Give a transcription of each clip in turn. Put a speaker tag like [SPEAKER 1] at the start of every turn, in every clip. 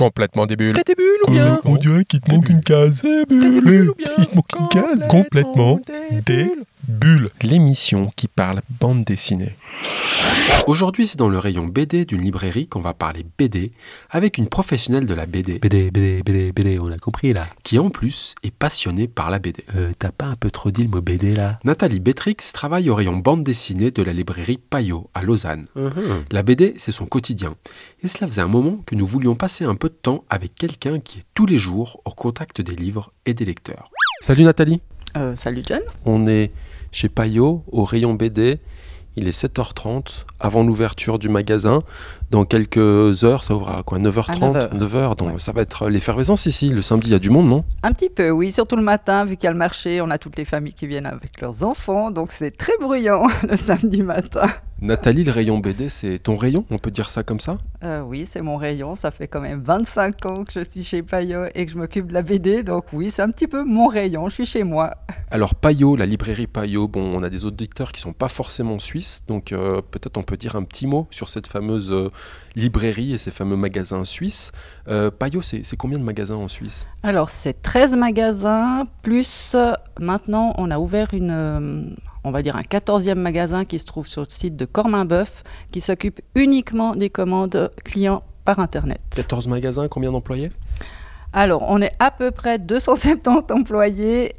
[SPEAKER 1] Complètement des bulles.
[SPEAKER 2] T'es des bulles ou bien
[SPEAKER 1] On dirait qu'il te manque une case.
[SPEAKER 2] T'es des bulles ou bien
[SPEAKER 1] Eh, Il te manque une case. Complètement des
[SPEAKER 2] bulles.
[SPEAKER 1] bulles. L'émission qui parle bande dessinée.
[SPEAKER 3] Aujourd'hui, c'est dans le rayon BD d'une librairie qu'on va parler BD avec une professionnelle de la BD
[SPEAKER 4] BD, BD, BD, BD, on l'a compris là.
[SPEAKER 3] qui en plus est passionnée par la BD.
[SPEAKER 4] Euh, T'as pas un peu trop dit le mot BD là
[SPEAKER 3] Nathalie Bétrix travaille au rayon bande dessinée de la librairie Payot à Lausanne.
[SPEAKER 4] Uh-huh.
[SPEAKER 3] La BD, c'est son quotidien. Et cela faisait un moment que nous voulions passer un peu de temps avec quelqu'un qui est tous les jours au contact des livres et des lecteurs. Salut Nathalie
[SPEAKER 5] Euh, salut John.
[SPEAKER 3] On est chez Payot, au rayon BD. Il est 7h30, avant l'ouverture du magasin. Dans quelques heures, ça ouvre à quoi 9h30
[SPEAKER 5] À 9h.
[SPEAKER 3] 9h, donc ça va être l'effervescence ici. Le samedi, il y a du monde, non
[SPEAKER 5] Un petit peu, oui, surtout le matin, vu qu'il y a le marché, on a toutes les familles qui viennent avec leurs enfants, donc c'est très bruyant le samedi matin.
[SPEAKER 3] Nathalie, le rayon BD, c'est ton rayon, on peut dire ça comme ça
[SPEAKER 5] Euh, oui, c'est mon rayon, ça fait quand même 25 ans que je suis chez Payot et que je m'occupe de la BD, donc oui, c'est un petit peu mon rayon, je suis chez moi.
[SPEAKER 3] Alors Payot, la librairie Payot, bon, on a des auditeurs qui sont pas forcément suisses, donc euh, peut-être on peut dire un petit mot sur cette fameuse euh, librairie et ces fameux magasins suisses. Euh, Payot, c'est c'est combien de magasins en Suisse
[SPEAKER 5] Alors, c'est 13 magasins, plus euh, maintenant, on a ouvert une. euh, on va dire un 14e magasin qui se trouve sur le site de Corminboeuf, qui s'occupe uniquement des commandes clients par Internet.
[SPEAKER 3] 14 magasins, combien d'employés
[SPEAKER 5] Alors, on est à peu près 270 employés,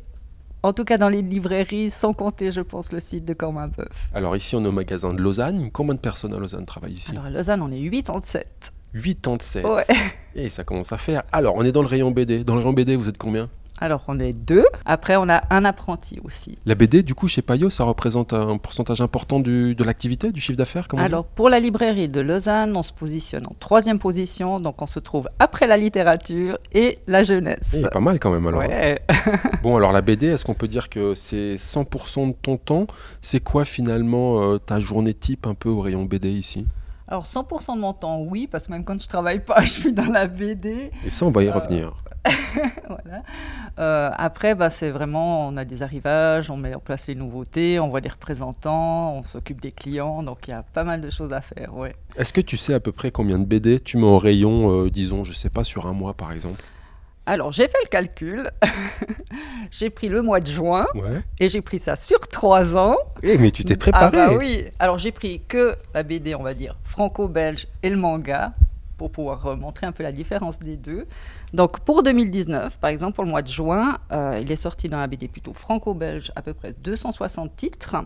[SPEAKER 5] en tout cas dans les librairies, sans compter, je pense, le site de Corminboeuf.
[SPEAKER 3] Alors ici, on est au magasin de Lausanne. Combien de personnes à Lausanne travaillent ici
[SPEAKER 5] Alors, à Lausanne, on est 87.
[SPEAKER 3] 87.
[SPEAKER 5] Ouais.
[SPEAKER 3] Et ça commence à faire. Alors, on est dans le rayon BD. Dans le rayon BD, vous êtes combien
[SPEAKER 5] Alors, on est deux. Après, on a un apprenti aussi.
[SPEAKER 3] La BD, du coup, chez Payot, ça représente un pourcentage important du- de l'activité, du chiffre d'affaires comment on dit
[SPEAKER 5] Alors, pour la librairie de Lausanne, on se positionne en troisième position, donc on se trouve après la littérature et la jeunesse.
[SPEAKER 3] Eh, pas mal quand même alors. hein.
[SPEAKER 5] Ouais.
[SPEAKER 3] Bon, alors la BD, est-ce qu'on peut dire que c'est 100% de ton temps C'est quoi finalement euh, ta journée type un peu au rayon BD ici
[SPEAKER 5] Alors 100% de mon temps, oui, parce que même quand je travaille pas, je suis dans la BD.
[SPEAKER 3] Et ça, on va y
[SPEAKER 5] Euh,
[SPEAKER 3] revenir.
[SPEAKER 5] Voilà. Euh, après, bah, c'est vraiment, on a des arrivages, on met en place les nouveautés, on voit des représentants, on s'occupe des clients, donc il y a pas mal de choses à faire. Ouais.
[SPEAKER 3] Est-ce que tu sais à peu près combien de BD tu mets en rayon, euh, disons, je sais pas, sur un mois par exemple
[SPEAKER 5] Alors j'ai fait le calcul, j'ai pris le mois de juin
[SPEAKER 3] Ouais.
[SPEAKER 5] et j'ai pris ça sur trois ans.
[SPEAKER 4] Eh, mais tu t'es
[SPEAKER 5] Ah
[SPEAKER 4] préparé
[SPEAKER 5] bah oui. Alors j'ai pris que la BD, on va dire, franco-belge et le manga pour pouvoir euh, montrer un peu la différence des deux. Donc pour 2019, par exemple, pour le mois de juin, euh, il est sorti dans la BD plutôt franco-belge à peu près 260 titres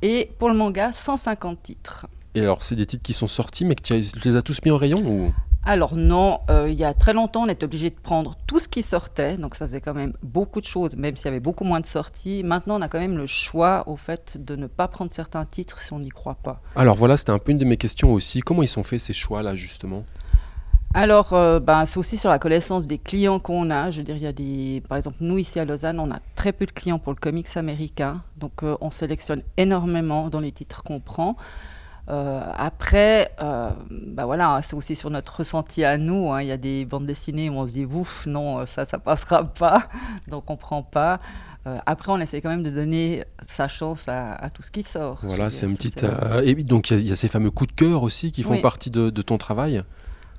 [SPEAKER 5] et pour le manga 150 titres.
[SPEAKER 3] Et alors, c'est des titres qui sont sortis, mais que tu as- tu les as tous mis en rayon ou
[SPEAKER 5] Alors non, euh, il y a très longtemps, on était obligé de prendre tout ce qui sortait, donc ça faisait quand même beaucoup de choses, même s'il y avait beaucoup moins de sorties. Maintenant, on a quand même le choix, au fait, de ne pas prendre certains titres si on n'y croit pas.
[SPEAKER 3] Alors voilà, c'était un peu une de mes questions aussi. Comment ils sont faits ces choix-là justement
[SPEAKER 5] Alors, euh, ben, c'est aussi sur la connaissance des clients qu'on a. Je veux dire, il y a des... Par exemple, nous, ici à Lausanne, on a très peu de clients pour le comics américain. Donc, euh, on sélectionne énormément dans les titres qu'on prend. Euh, après, euh, ben voilà, c'est aussi sur notre ressenti à nous. hein. Il y a des bandes dessinées où on se dit, ouf, non, euh, ça, ça passera pas. Donc, on prend pas. Euh, après, on essaie quand même de donner sa chance à, à tout ce qui sort. Je veux
[SPEAKER 3] Voilà,
[SPEAKER 5] dire,
[SPEAKER 3] c'est une
[SPEAKER 5] ça,
[SPEAKER 3] petite.
[SPEAKER 5] Ah, c'est-
[SPEAKER 3] euh, et puis, donc, il y a- il y, a ces fameux coups de cœur aussi qui font
[SPEAKER 5] Oui.
[SPEAKER 3] partie de, de ton travail.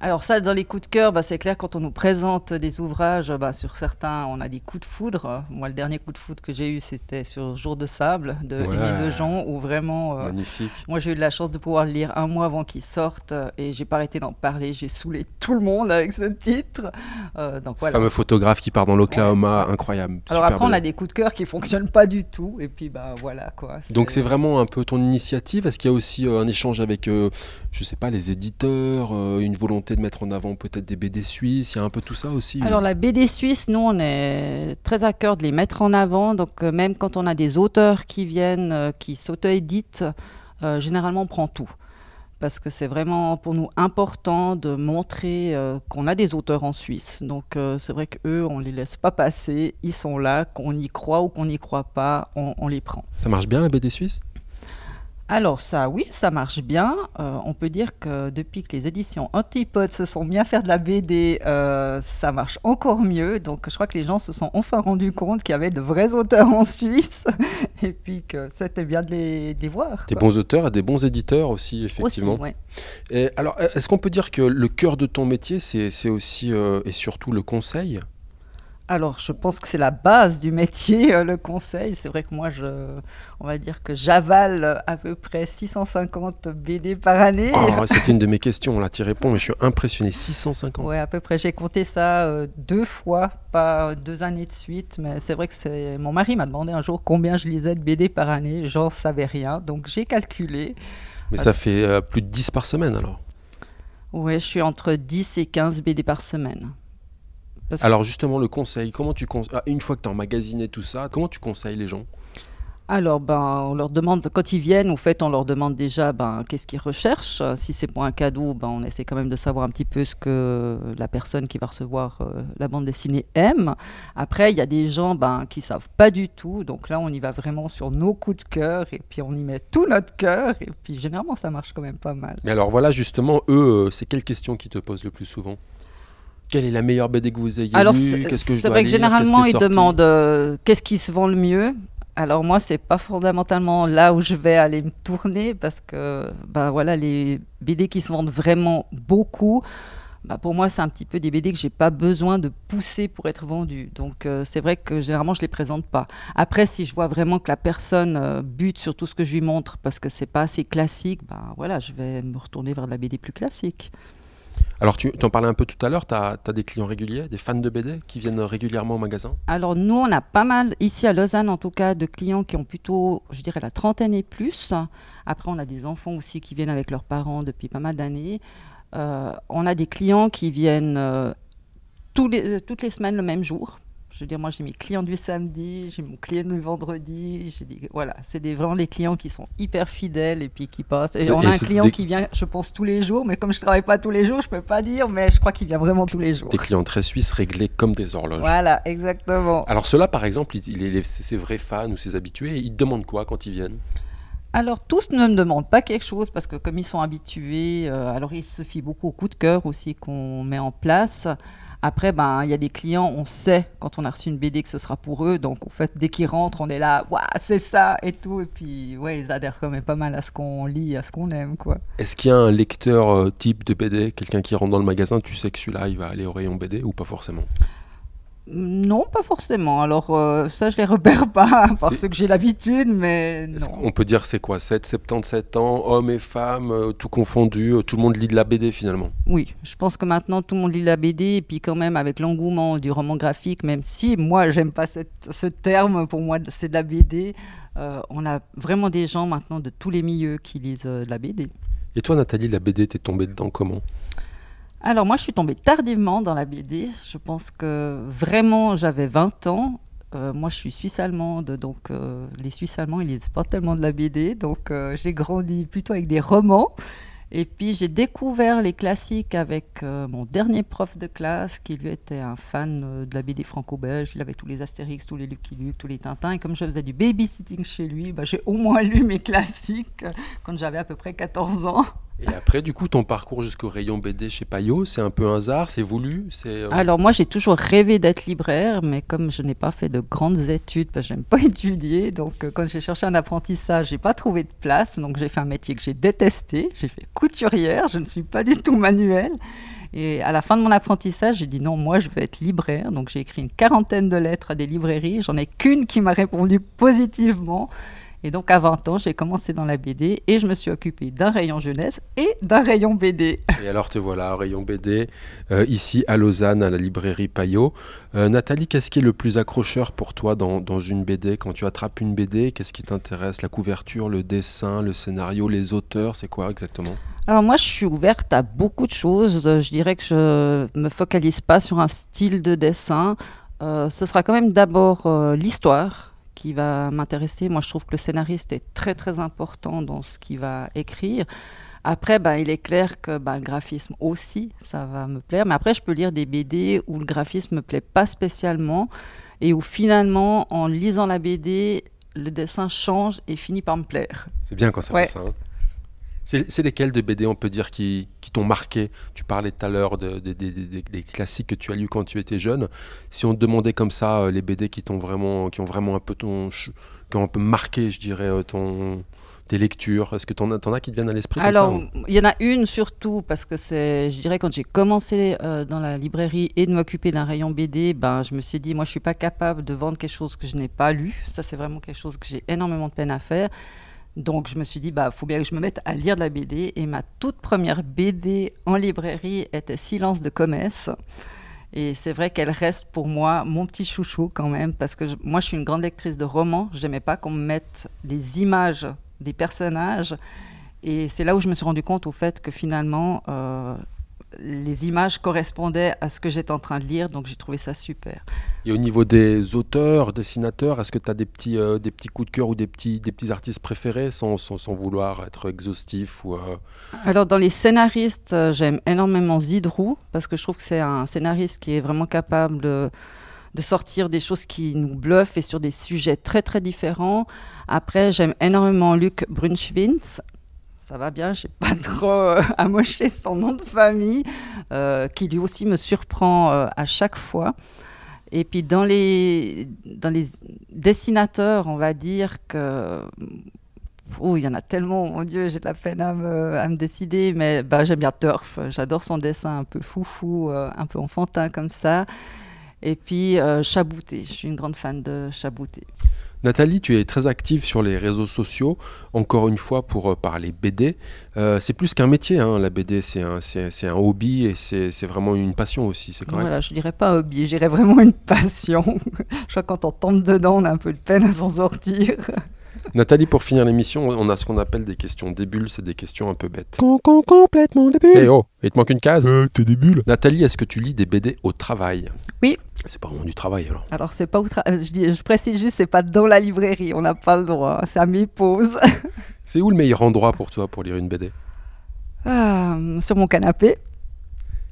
[SPEAKER 5] Alors ça, dans les coups de cœur, bah, c'est clair, quand on nous présente des ouvrages, bah, sur certains, on a des coups de foudre. Moi, le dernier coup de foudre que j'ai eu, c'était sur Jour de sable de
[SPEAKER 3] Ouais.
[SPEAKER 5] Émile Dejean, où vraiment... euh,
[SPEAKER 3] Magnifique.
[SPEAKER 5] Moi, j'ai eu de la chance de pouvoir le lire un mois avant qu'il sorte euh, et j'ai pas arrêté d'en parler. J'ai saoulé tout le monde avec ce titre. Euh, donc
[SPEAKER 3] Ce
[SPEAKER 5] voilà.
[SPEAKER 3] fameux photographe qui part dans l'Oklahoma, incroyable.
[SPEAKER 5] Alors
[SPEAKER 3] super
[SPEAKER 5] après, on
[SPEAKER 3] beau.
[SPEAKER 5] a des coups de cœur qui fonctionnent pas du tout. Et puis, bah voilà quoi.
[SPEAKER 3] Donc c'est vraiment un peu ton initiative. Est-ce qu'il y a aussi euh, un échange avec, euh, je sais pas, les éditeurs, euh, une volonté de mettre en avant peut-être des BD suisses Il y a un peu tout ça aussi. hein.
[SPEAKER 5] Alors la BD suisse, nous on est très à cœur de les mettre en avant. Donc euh, même quand on a des auteurs qui viennent, euh, qui s'auto-éditent, euh, généralement on prend tout. Parce que c'est vraiment pour nous important de montrer euh, qu'on a des auteurs en Suisse. Donc euh, c'est vrai qu'eux, on ne les laisse pas passer. Ils sont là, qu'on y croit ou qu'on n'y croit pas, on, on les prend.
[SPEAKER 3] Ça marche bien la BD suisse
[SPEAKER 5] Alors ça, oui, ça marche bien. Euh, on peut dire que depuis que les éditions Antipodes se sont bien faire de la BD, euh, ça marche encore mieux. Donc je crois que les gens se sont enfin rendus compte qu'il y avait de vrais auteurs en Suisse et puis que c'était bien de les, de les voir.
[SPEAKER 3] Des
[SPEAKER 5] quoi.
[SPEAKER 3] bons auteurs et des bons éditeurs aussi, effectivement.
[SPEAKER 5] Aussi, ouais.
[SPEAKER 3] Et alors, est-ce qu'on peut dire que le cœur de ton métier, c'est c'est aussi euh, et surtout le conseil
[SPEAKER 5] Alors, je pense que c'est la base du métier, euh, le conseil. C'est vrai que moi, je, on va dire que j'avale euh, à peu près 650 BD par année.
[SPEAKER 3] Ah, C'était une de mes questions, là, tu réponds, mais je suis impressionné. 650.
[SPEAKER 5] Ouais, à peu près. J'ai compté ça euh, deux fois, pas euh, deux années de suite. Mais c'est vrai que c'est mon mari m'a demandé un jour combien je lisais de BD par année. J'en savais rien, donc j'ai calculé.
[SPEAKER 3] Mais ça fait euh, plus de 10 par semaine, alors.
[SPEAKER 5] Ouais, je suis entre 10 et 15 BD par semaine. Parce-
[SPEAKER 3] Alors, justement, le conseil, comment tu conseilles Une fois que tu as emmagasiné tout ça, comment tu conseilles les gens
[SPEAKER 5] Alors, ben, on leur demande, quand ils viennent, au fait, on leur demande déjà ben, qu'est-ce qu'ils recherchent. Euh, Si c'est pour un cadeau, ben, on essaie quand même de savoir un petit peu ce que la personne qui va recevoir euh, la bande dessinée aime. Après, il y a des gens ben, qui savent pas du tout. Donc là, on y va vraiment sur nos coups de cœur et puis on y met tout notre cœur. Et puis, généralement, ça marche quand même pas mal.
[SPEAKER 3] Mais alors, voilà, justement, eux, euh, c'est quelle question qu'ils te posent le plus souvent Quelle est la meilleure BD que vous ayez
[SPEAKER 5] Alors,
[SPEAKER 3] lue
[SPEAKER 5] c'est
[SPEAKER 3] Qu'est-ce que je
[SPEAKER 5] c'est
[SPEAKER 3] dois
[SPEAKER 5] vrai que
[SPEAKER 3] lire Qu'est-ce qui est
[SPEAKER 5] généralement, ils
[SPEAKER 3] sorti
[SPEAKER 5] demandent euh, qu'est-ce qui se vend le mieux. Alors, moi, c'est pas fondamentalement là où je vais aller me tourner parce que, ben voilà, les BD qui se vendent vraiment beaucoup, bah, pour moi, c'est un petit peu des BD que j'ai pas besoin de pousser pour être vendu. Donc, euh, c'est vrai que généralement, je les présente pas. Après, si je vois vraiment que la personne euh, bute sur tout ce que je lui montre parce que c'est pas assez classique, ben voilà, je vais me retourner vers de la BD plus classique.
[SPEAKER 3] Alors, tu en parlais un peu tout à l'heure, tu as, des clients réguliers, des fans de BD qui viennent régulièrement au magasin
[SPEAKER 5] Alors nous, on a pas mal, ici à Lausanne en tout cas, de clients qui ont plutôt, je dirais, la trentaine et plus. Après, on a des enfants aussi qui viennent avec leurs parents depuis pas mal d'années. Euh, on a des clients qui viennent euh, tous les- euh, toutes les semaines le même jour. Je veux dire, moi j'ai mes clients du samedi, j'ai mon client du vendredi. j'ai des- voilà, c'est des, vraiment des clients qui sont hyper fidèles et puis qui passent. Et
[SPEAKER 4] C'est-
[SPEAKER 5] on
[SPEAKER 4] et
[SPEAKER 5] a un
[SPEAKER 4] c'est
[SPEAKER 5] client
[SPEAKER 4] des-
[SPEAKER 5] qui vient, je pense, tous les jours, mais comme je travaille pas tous les jours, je peux pas dire, mais je crois qu'il vient vraiment tous les jours.
[SPEAKER 3] Des clients très suisses réglés comme des horloges.
[SPEAKER 5] Voilà, exactement.
[SPEAKER 3] Alors ceux-là, par exemple, il- il- les- ses ses vrais fans ou ses habitués, ils te demandent quoi quand ils viennent
[SPEAKER 5] Alors, tous ne me demandent pas quelque chose parce que, comme ils sont habitués, euh, alors ils se fient beaucoup au coup de cœur aussi qu'on met en place. Après, ben, il y a des clients, on sait quand on a reçu une BD que ce sera pour eux. Donc, en fait, dès qu'ils rentrent, on est là, waouh, c'est ça et tout. Et puis, ouais, ils adhèrent quand même pas mal à ce qu'on lit, à ce qu'on aime, quoi.
[SPEAKER 3] Est-ce qu'il y a un lecteur euh, type de BD, quelqu'un qui rentre dans le magasin, tu sais que celui-là, il va aller au rayon BD ou pas forcément
[SPEAKER 5] Non, pas forcément. Alors, euh, ça, je les repère pas parce que j'ai l'habitude, mais
[SPEAKER 3] Est-ce
[SPEAKER 5] non.
[SPEAKER 3] qu'on peut dire c'est quoi 7, 77 ans, hommes et femmes, euh, tout confondu, euh, tout le monde lit de la BD finalement
[SPEAKER 5] Oui, je pense que maintenant tout le monde lit la BD et puis quand même avec l'engouement du roman graphique, même si moi j'aime pas cette- ce terme, pour moi c'est de la BD, euh, on a vraiment des gens maintenant de tous les milieux qui lisent euh, de la BD.
[SPEAKER 3] Et toi, Nathalie, la BD, t'es tombée dedans comment
[SPEAKER 5] Alors moi je suis tombée tardivement dans la BD, je pense que vraiment j'avais 20 ans. Euh, moi je suis suisse-allemande, donc euh, les Suisses-allemands ils lisent pas tellement de la BD, donc euh, j'ai grandi plutôt avec des romans. Et puis j'ai découvert les classiques avec euh, mon dernier prof de classe qui lui était un fan euh, de la BD franco-belge. Il avait tous les Astérix, tous les Lucky Luke, tous les Tintins. Et comme je faisais du babysitting chez lui, bah, j'ai au moins lu mes classiques euh, quand j'avais à peu près 14 ans.
[SPEAKER 3] Et après, du coup, ton parcours jusqu'au rayon BD chez Payot, c'est un peu un hasard, c'est voulu c'est, euh,
[SPEAKER 5] Alors moi j'ai toujours rêvé d'être libraire, mais comme je n'ai pas fait de grandes études, parce que j'aime pas étudier, donc euh, quand j'ai cherché un apprentissage, j'ai pas trouvé de place, donc j'ai fait un métier que j'ai détesté, j'ai fait couturière, je ne suis pas du tout manuelle. Et à la fin de mon apprentissage, j'ai dit non, moi je veux être libraire, donc j'ai écrit une quarantaine de lettres à des librairies, j'en ai qu'une qui m'a répondu positivement. Et donc à 20 ans, j'ai commencé dans la BD et je me suis occupée d'un rayon jeunesse et d'un rayon BD.
[SPEAKER 3] Et alors te voilà, au rayon BD, euh, ici à Lausanne, à la librairie Payot. Euh, Nathalie, qu'est-ce qui est le plus accrocheur pour toi dans, dans une BD Quand tu attrapes une BD, qu'est-ce qui t'intéresse La couverture, le dessin, le scénario, les auteurs, c'est quoi exactement
[SPEAKER 5] Alors moi, je suis ouverte à beaucoup de choses. Euh, Je dirais que je me focalise pas sur un style de dessin. Euh, ce sera quand même d'abord euh, l'histoire qui va m'intéresser. Moi, je trouve que le scénariste est très très important dans ce qu'il va écrire. Après, ben, il est clair que ben, le graphisme aussi, ça va me plaire. Mais après, je peux lire des BD où le graphisme me plaît pas spécialement et où finalement, en lisant la BD, le dessin change et finit par me plaire.
[SPEAKER 3] C'est bien quand ça
[SPEAKER 5] Ouais.
[SPEAKER 3] fait ça. hein. C'est c'est lesquels de BD on peut dire qui, qui t'ont marqué Tu parlais tout à l'heure de- de- de- de- de- des classiques que tu as lus quand tu étais jeune. Si on te demandait comme ça euh, les BD qui t'ont vraiment, qui ont vraiment un peu ton, ch- qui ont un peu marqué, je dirais euh, ton tes lectures, est-ce que t'en as, t'en as qui te viennent à l'esprit comme ça hein.
[SPEAKER 5] Alors,
[SPEAKER 3] ou-
[SPEAKER 5] il y en a une surtout, parce que c'est, je dirais, quand j'ai commencé euh, dans la librairie et de m'occuper d'un rayon BD, ben, je me suis dit, moi, je suis pas capable de vendre quelque chose que je n'ai pas lu. Ça, c'est vraiment quelque chose que j'ai énormément de peine à faire. Donc, je me suis dit, bah, faut bien que je me mette à lire de la BD. Et ma toute première BD en librairie était Silence de commerce. Et c'est vrai qu'elle reste pour moi mon petit chouchou quand même, parce que je- moi, je suis une grande lectrice de romans. J'aimais pas qu'on me mette des images des personnages. Et c'est là où je me suis rendu compte au fait que finalement, euh, les images correspondaient à ce que j'étais en train de lire, donc j'ai trouvé ça super.
[SPEAKER 3] Et au niveau des auteurs, dessinateurs, est-ce que tu as des petits, euh, des petits coups de cœur ou des petits, des petits artistes préférés sans, sans, sans vouloir être exhaustif ou euh,
[SPEAKER 5] Alors dans les scénaristes, euh, j'aime énormément Zidrou, parce que je trouve que c'est un scénariste qui est vraiment capable de, de sortir des choses qui nous bluffent et sur des sujets très très différents. Après, j'aime énormément Luc Brunschwintz. Ça va bien, j'ai pas trop euh, amoché son nom de famille, euh, qui lui aussi me surprend euh, à chaque fois. Et puis dans les, dans les dessinateurs, on va dire que... Ouh, il y en a tellement, mon Dieu, j'ai de la peine à me, à me décider, mais bah, j'aime bien Turf, j'adore son dessin un peu foufou, euh, un peu enfantin comme ça. Et puis euh, Chabouté, je suis une grande fan de Chabouté.
[SPEAKER 3] Nathalie, tu es très active sur les réseaux sociaux, encore une fois pour euh, parler BD. Euh, c'est plus qu'un métier, hein, la BD, c'est un, c'est- c'est un hobby et c'est c'est vraiment une passion aussi, c'est correct.
[SPEAKER 5] Voilà, je dirais pas un hobby, je dirais vraiment une passion. je crois que quand on tombe dedans, on a un peu de peine à s'en sortir.
[SPEAKER 3] Nathalie, pour finir l'émission, on a ce qu'on appelle des questions débules, c'est des questions un peu bêtes.
[SPEAKER 1] Com- com- complètement
[SPEAKER 3] Eh
[SPEAKER 1] début.
[SPEAKER 3] oh, il te manque une case
[SPEAKER 1] Euh, t'es des bulles.
[SPEAKER 3] Nathalie, est-ce que tu lis des BD au travail
[SPEAKER 5] Oui.
[SPEAKER 3] C'est pas vraiment du travail alors.
[SPEAKER 5] Alors, c'est pas outra- euh, je, dis- je précise juste, c'est pas dans la librairie, on n'a pas le droit, c'est à mi-pause.
[SPEAKER 3] C'est où le meilleur endroit pour toi pour lire une BD
[SPEAKER 5] Ah, sur mon canapé.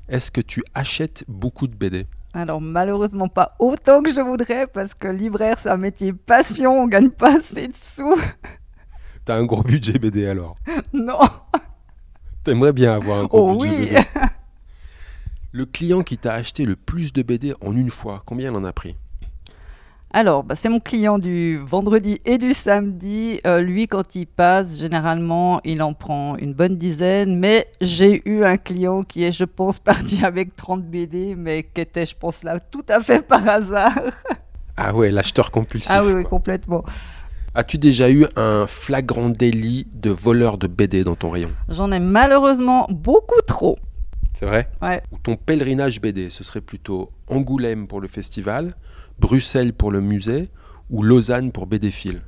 [SPEAKER 3] Est-ce que tu achètes beaucoup de BD
[SPEAKER 5] Alors malheureusement pas autant que je voudrais parce que libraire c'est un métier passion, on gagne pas assez de sous.
[SPEAKER 3] T'as un gros budget BD alors.
[SPEAKER 5] Non.
[SPEAKER 3] T'aimerais bien avoir un
[SPEAKER 5] Oh
[SPEAKER 3] gros budget
[SPEAKER 5] oui.
[SPEAKER 3] BD. Le client qui t'a acheté le plus de BD en une fois, combien il en a pris
[SPEAKER 5] Alors bah, c'est mon client du vendredi et du samedi. Euh, lui quand il passe généralement il en prend une bonne dizaine. Mais j'ai eu un client qui est je pense parti avec 30 BD mais qui était je pense là tout à fait par hasard.
[SPEAKER 3] Ah ouais, l'acheteur compulsif.
[SPEAKER 5] ah oui, oui
[SPEAKER 3] quoi.
[SPEAKER 5] complètement.
[SPEAKER 3] As-tu déjà eu un flagrant délit de voleur de BD dans ton rayon
[SPEAKER 5] J'en ai malheureusement beaucoup trop.
[SPEAKER 3] C'est vrai
[SPEAKER 5] Ouais.
[SPEAKER 3] Ou ton pèlerinage BD, ce serait plutôt Angoulême pour le festival, Bruxelles pour le musée ou Lausanne pour BD Phil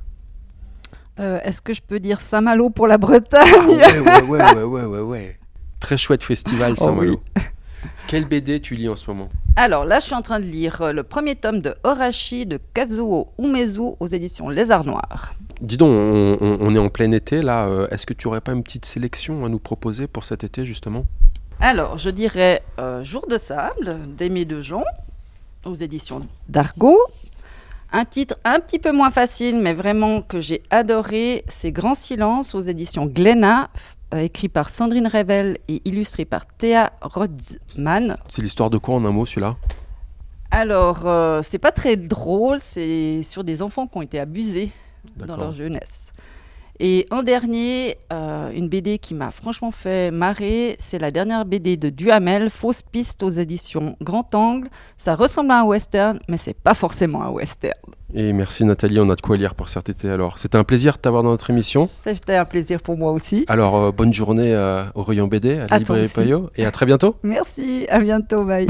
[SPEAKER 5] Euh, Est-ce que je peux dire Saint-Malo pour la Bretagne
[SPEAKER 3] Oh ouais, ouais, ouais, ouais, ouais, ouais, ouais. Oh Très chouette festival, Saint-Malo. Quelle BD tu lis en ce moment
[SPEAKER 5] Alors là, je suis en train de lire euh, le premier tome de Horashi de Kazuo Umezu aux éditions Les Arts Noirs.
[SPEAKER 3] Dis donc, on, on- on est en plein été là. euh, Est-ce que tu aurais pas une petite sélection à nous proposer pour cet été justement
[SPEAKER 5] Alors, je dirais euh, Jour de sable d'Aimé Dejon aux éditions d'Argo. Un titre un petit peu moins facile, mais vraiment que j'ai adoré, c'est Grand Silence aux éditions Glénat, f- euh, écrit par Sandrine Revel et illustré par Théa Rodman.
[SPEAKER 3] C'est l'histoire de quoi en un mot celui-là
[SPEAKER 5] Alors, euh, c'est pas très drôle, c'est sur des enfants qui ont été abusés dans leur jeunesse. Et en dernier, euh, une BD qui m'a franchement fait marrer, c'est la dernière BD de Duhamel, Fausse piste aux éditions Grand Angle. Ça ressemble à un western, mais c'est pas forcément un western.
[SPEAKER 3] Et merci Nathalie, on a de quoi lire pour cet été alors. C'était un plaisir de t'avoir dans notre émission.
[SPEAKER 5] C'était un plaisir pour moi aussi.
[SPEAKER 3] Alors euh, bonne journée euh, au rayon BD, à la
[SPEAKER 5] toi
[SPEAKER 3] librairie
[SPEAKER 5] aussi.
[SPEAKER 3] Payot et à très bientôt.
[SPEAKER 5] Merci, à bientôt, bye.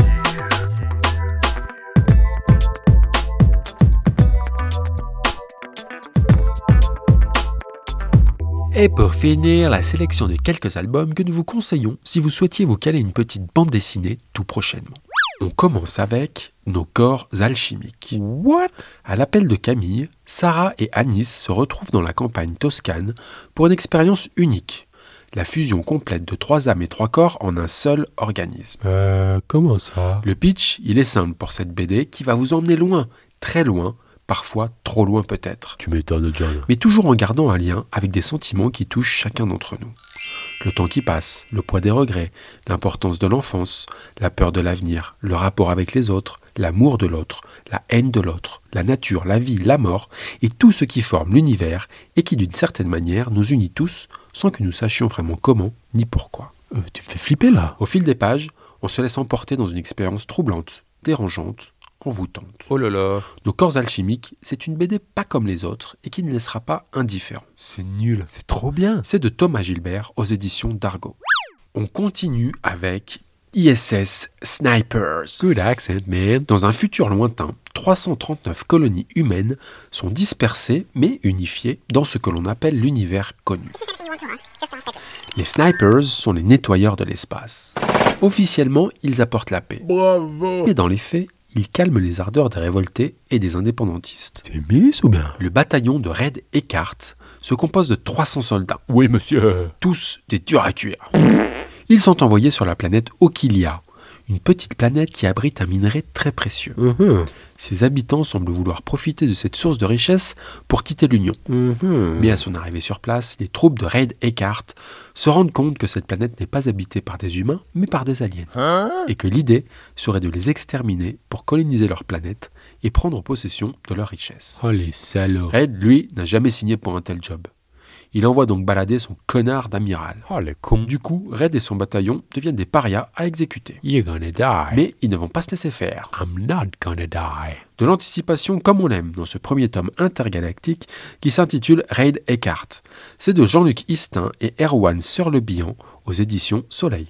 [SPEAKER 3] Et pour finir, la sélection de quelques albums que nous vous conseillons si vous souhaitiez vous caler une petite bande dessinée tout prochainement. On commence avec Nos corps alchimiques. What À l'appel de Camille, Sarah et Anis se retrouvent dans la campagne toscane pour une expérience unique. La fusion complète de trois âmes et trois corps en un seul organisme.
[SPEAKER 4] Euh, comment ça
[SPEAKER 3] Le pitch, il est simple pour cette BD qui va vous emmener loin, très loin, parfois trop loin peut-être,
[SPEAKER 4] Tu m'étonnes, John.
[SPEAKER 3] mais toujours en gardant un lien avec des sentiments qui touchent chacun d'entre nous. Le temps qui passe, le poids des regrets, l'importance de l'enfance, la peur de l'avenir, le rapport avec les autres, l'amour de l'autre, la haine de l'autre, la nature, la vie, la mort, et tout ce qui forme l'univers et qui d'une certaine manière nous unit tous sans que nous sachions vraiment comment ni pourquoi.
[SPEAKER 4] Euh, tu me fais flipper là.
[SPEAKER 3] Au fil des pages, on se laisse emporter dans une expérience troublante, dérangeante, envoûtante.
[SPEAKER 2] Oh là là.
[SPEAKER 3] Nos corps alchimiques, c'est une BD pas comme les autres et qui ne laissera pas indifférent.
[SPEAKER 4] C'est nul. C'est trop bien.
[SPEAKER 3] C'est de Thomas Gilbert aux éditions d'Argo. On continue avec ISS Snipers.
[SPEAKER 4] Good accent, man.
[SPEAKER 3] Dans un futur lointain, 339 colonies humaines sont dispersées mais unifiées dans ce que l'on appelle l'univers connu. Les snipers sont les nettoyeurs de l'espace. Officiellement, ils apportent la paix.
[SPEAKER 2] Bravo.
[SPEAKER 3] Mais dans les faits, ils calment les ardeurs des révoltés et des indépendantistes.
[SPEAKER 4] C'est une milice ou bien
[SPEAKER 3] Le bataillon de Red Eckhart se compose de 300 soldats,
[SPEAKER 4] Oui, monsieur.
[SPEAKER 3] tous des durs à cuire. Ils sont envoyés sur la planète Okilia, une petite planète qui abrite un minerai très précieux. Ses habitants semblent vouloir profiter de cette source de richesse pour quitter l'Union. Mais à son arrivée sur place, les troupes de Raid Eckhart se rendent compte que cette planète n'est pas habitée par des humains, mais par des aliens.
[SPEAKER 2] Hein
[SPEAKER 3] Et que l'idée serait de les exterminer pour coloniser leur planète et prendre possession de leur richesse.
[SPEAKER 4] Oh les salauds.
[SPEAKER 3] Raid, lui, n'a jamais signé pour un tel job. Il envoie donc balader son connard d'amiral.
[SPEAKER 4] Oh les cons.
[SPEAKER 3] Du coup, Raid et son bataillon deviennent des parias à exécuter.
[SPEAKER 4] You're gonna die.
[SPEAKER 3] Mais ils ne vont pas se laisser faire.
[SPEAKER 4] I'm not gonna die.
[SPEAKER 3] De l'anticipation comme on l'aime dans ce premier tome intergalactique qui s'intitule Raid Eckhart. C'est de Jean-Luc Istin et Erwan Surlebihan aux éditions Soleil.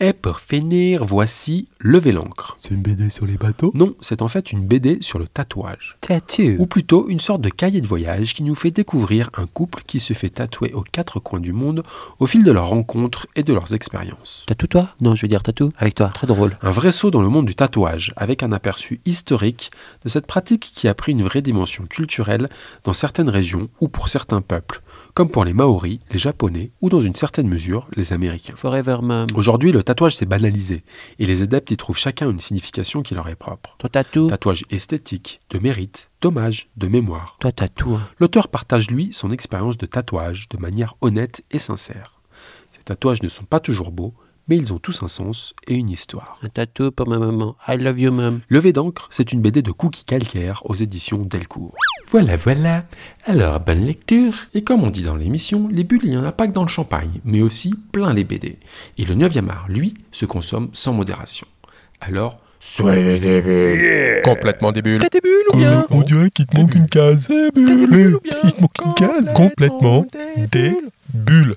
[SPEAKER 3] Et pour finir, voici Lever l'encre.
[SPEAKER 4] C'est une BD sur les bateaux
[SPEAKER 3] Non, c'est en fait une BD sur le tatouage.
[SPEAKER 4] Tattoo.
[SPEAKER 3] Ou plutôt une sorte de cahier de voyage qui nous fait découvrir un couple qui se fait tatouer aux quatre coins du monde au fil de leurs rencontres et de leurs expériences.
[SPEAKER 4] Tatou toi Non, je veux dire tatou avec toi. Très drôle.
[SPEAKER 3] Un vrai saut dans le monde du tatouage, avec un aperçu historique de cette pratique qui a pris une vraie dimension culturelle dans certaines régions ou pour certains peuples, comme pour les Maoris, les Japonais ou dans une certaine mesure les Américains.
[SPEAKER 4] Forever mom.
[SPEAKER 3] Aujourd'hui, le tatouage s'est banalisé et les adeptes y trouvent chacun une signification qui leur est propre.
[SPEAKER 4] Toi tatou.
[SPEAKER 3] Tatouage esthétique, de mérite, d'hommage, de mémoire.
[SPEAKER 4] Toi tatou. hein.
[SPEAKER 3] L'auteur partage lui son expérience de tatouage de manière honnête et sincère. Ces tatouages ne sont pas toujours beaux, mais ils ont tous un sens et une histoire.
[SPEAKER 4] Un tatou pour ma maman. I love you mom.
[SPEAKER 3] Levé d'encre, c'est une BD de Cookie Calcaire aux éditions Delcourt. Voilà, voilà. Alors, bonne lecture. Et comme on dit dans l'émission, les bulles, il n'y en a pas que dans le champagne, mais aussi plein les BD. Et le 9e art, lui, se consomme sans modération. Alors,
[SPEAKER 1] Soyez des bulles. Complètement des bulles.
[SPEAKER 2] T'as des bulles ou bien
[SPEAKER 1] On dirait qu'il te manque une case. Eh,
[SPEAKER 2] T'as des bulles ou bien
[SPEAKER 1] Il te manque une case. Complètement des bulles.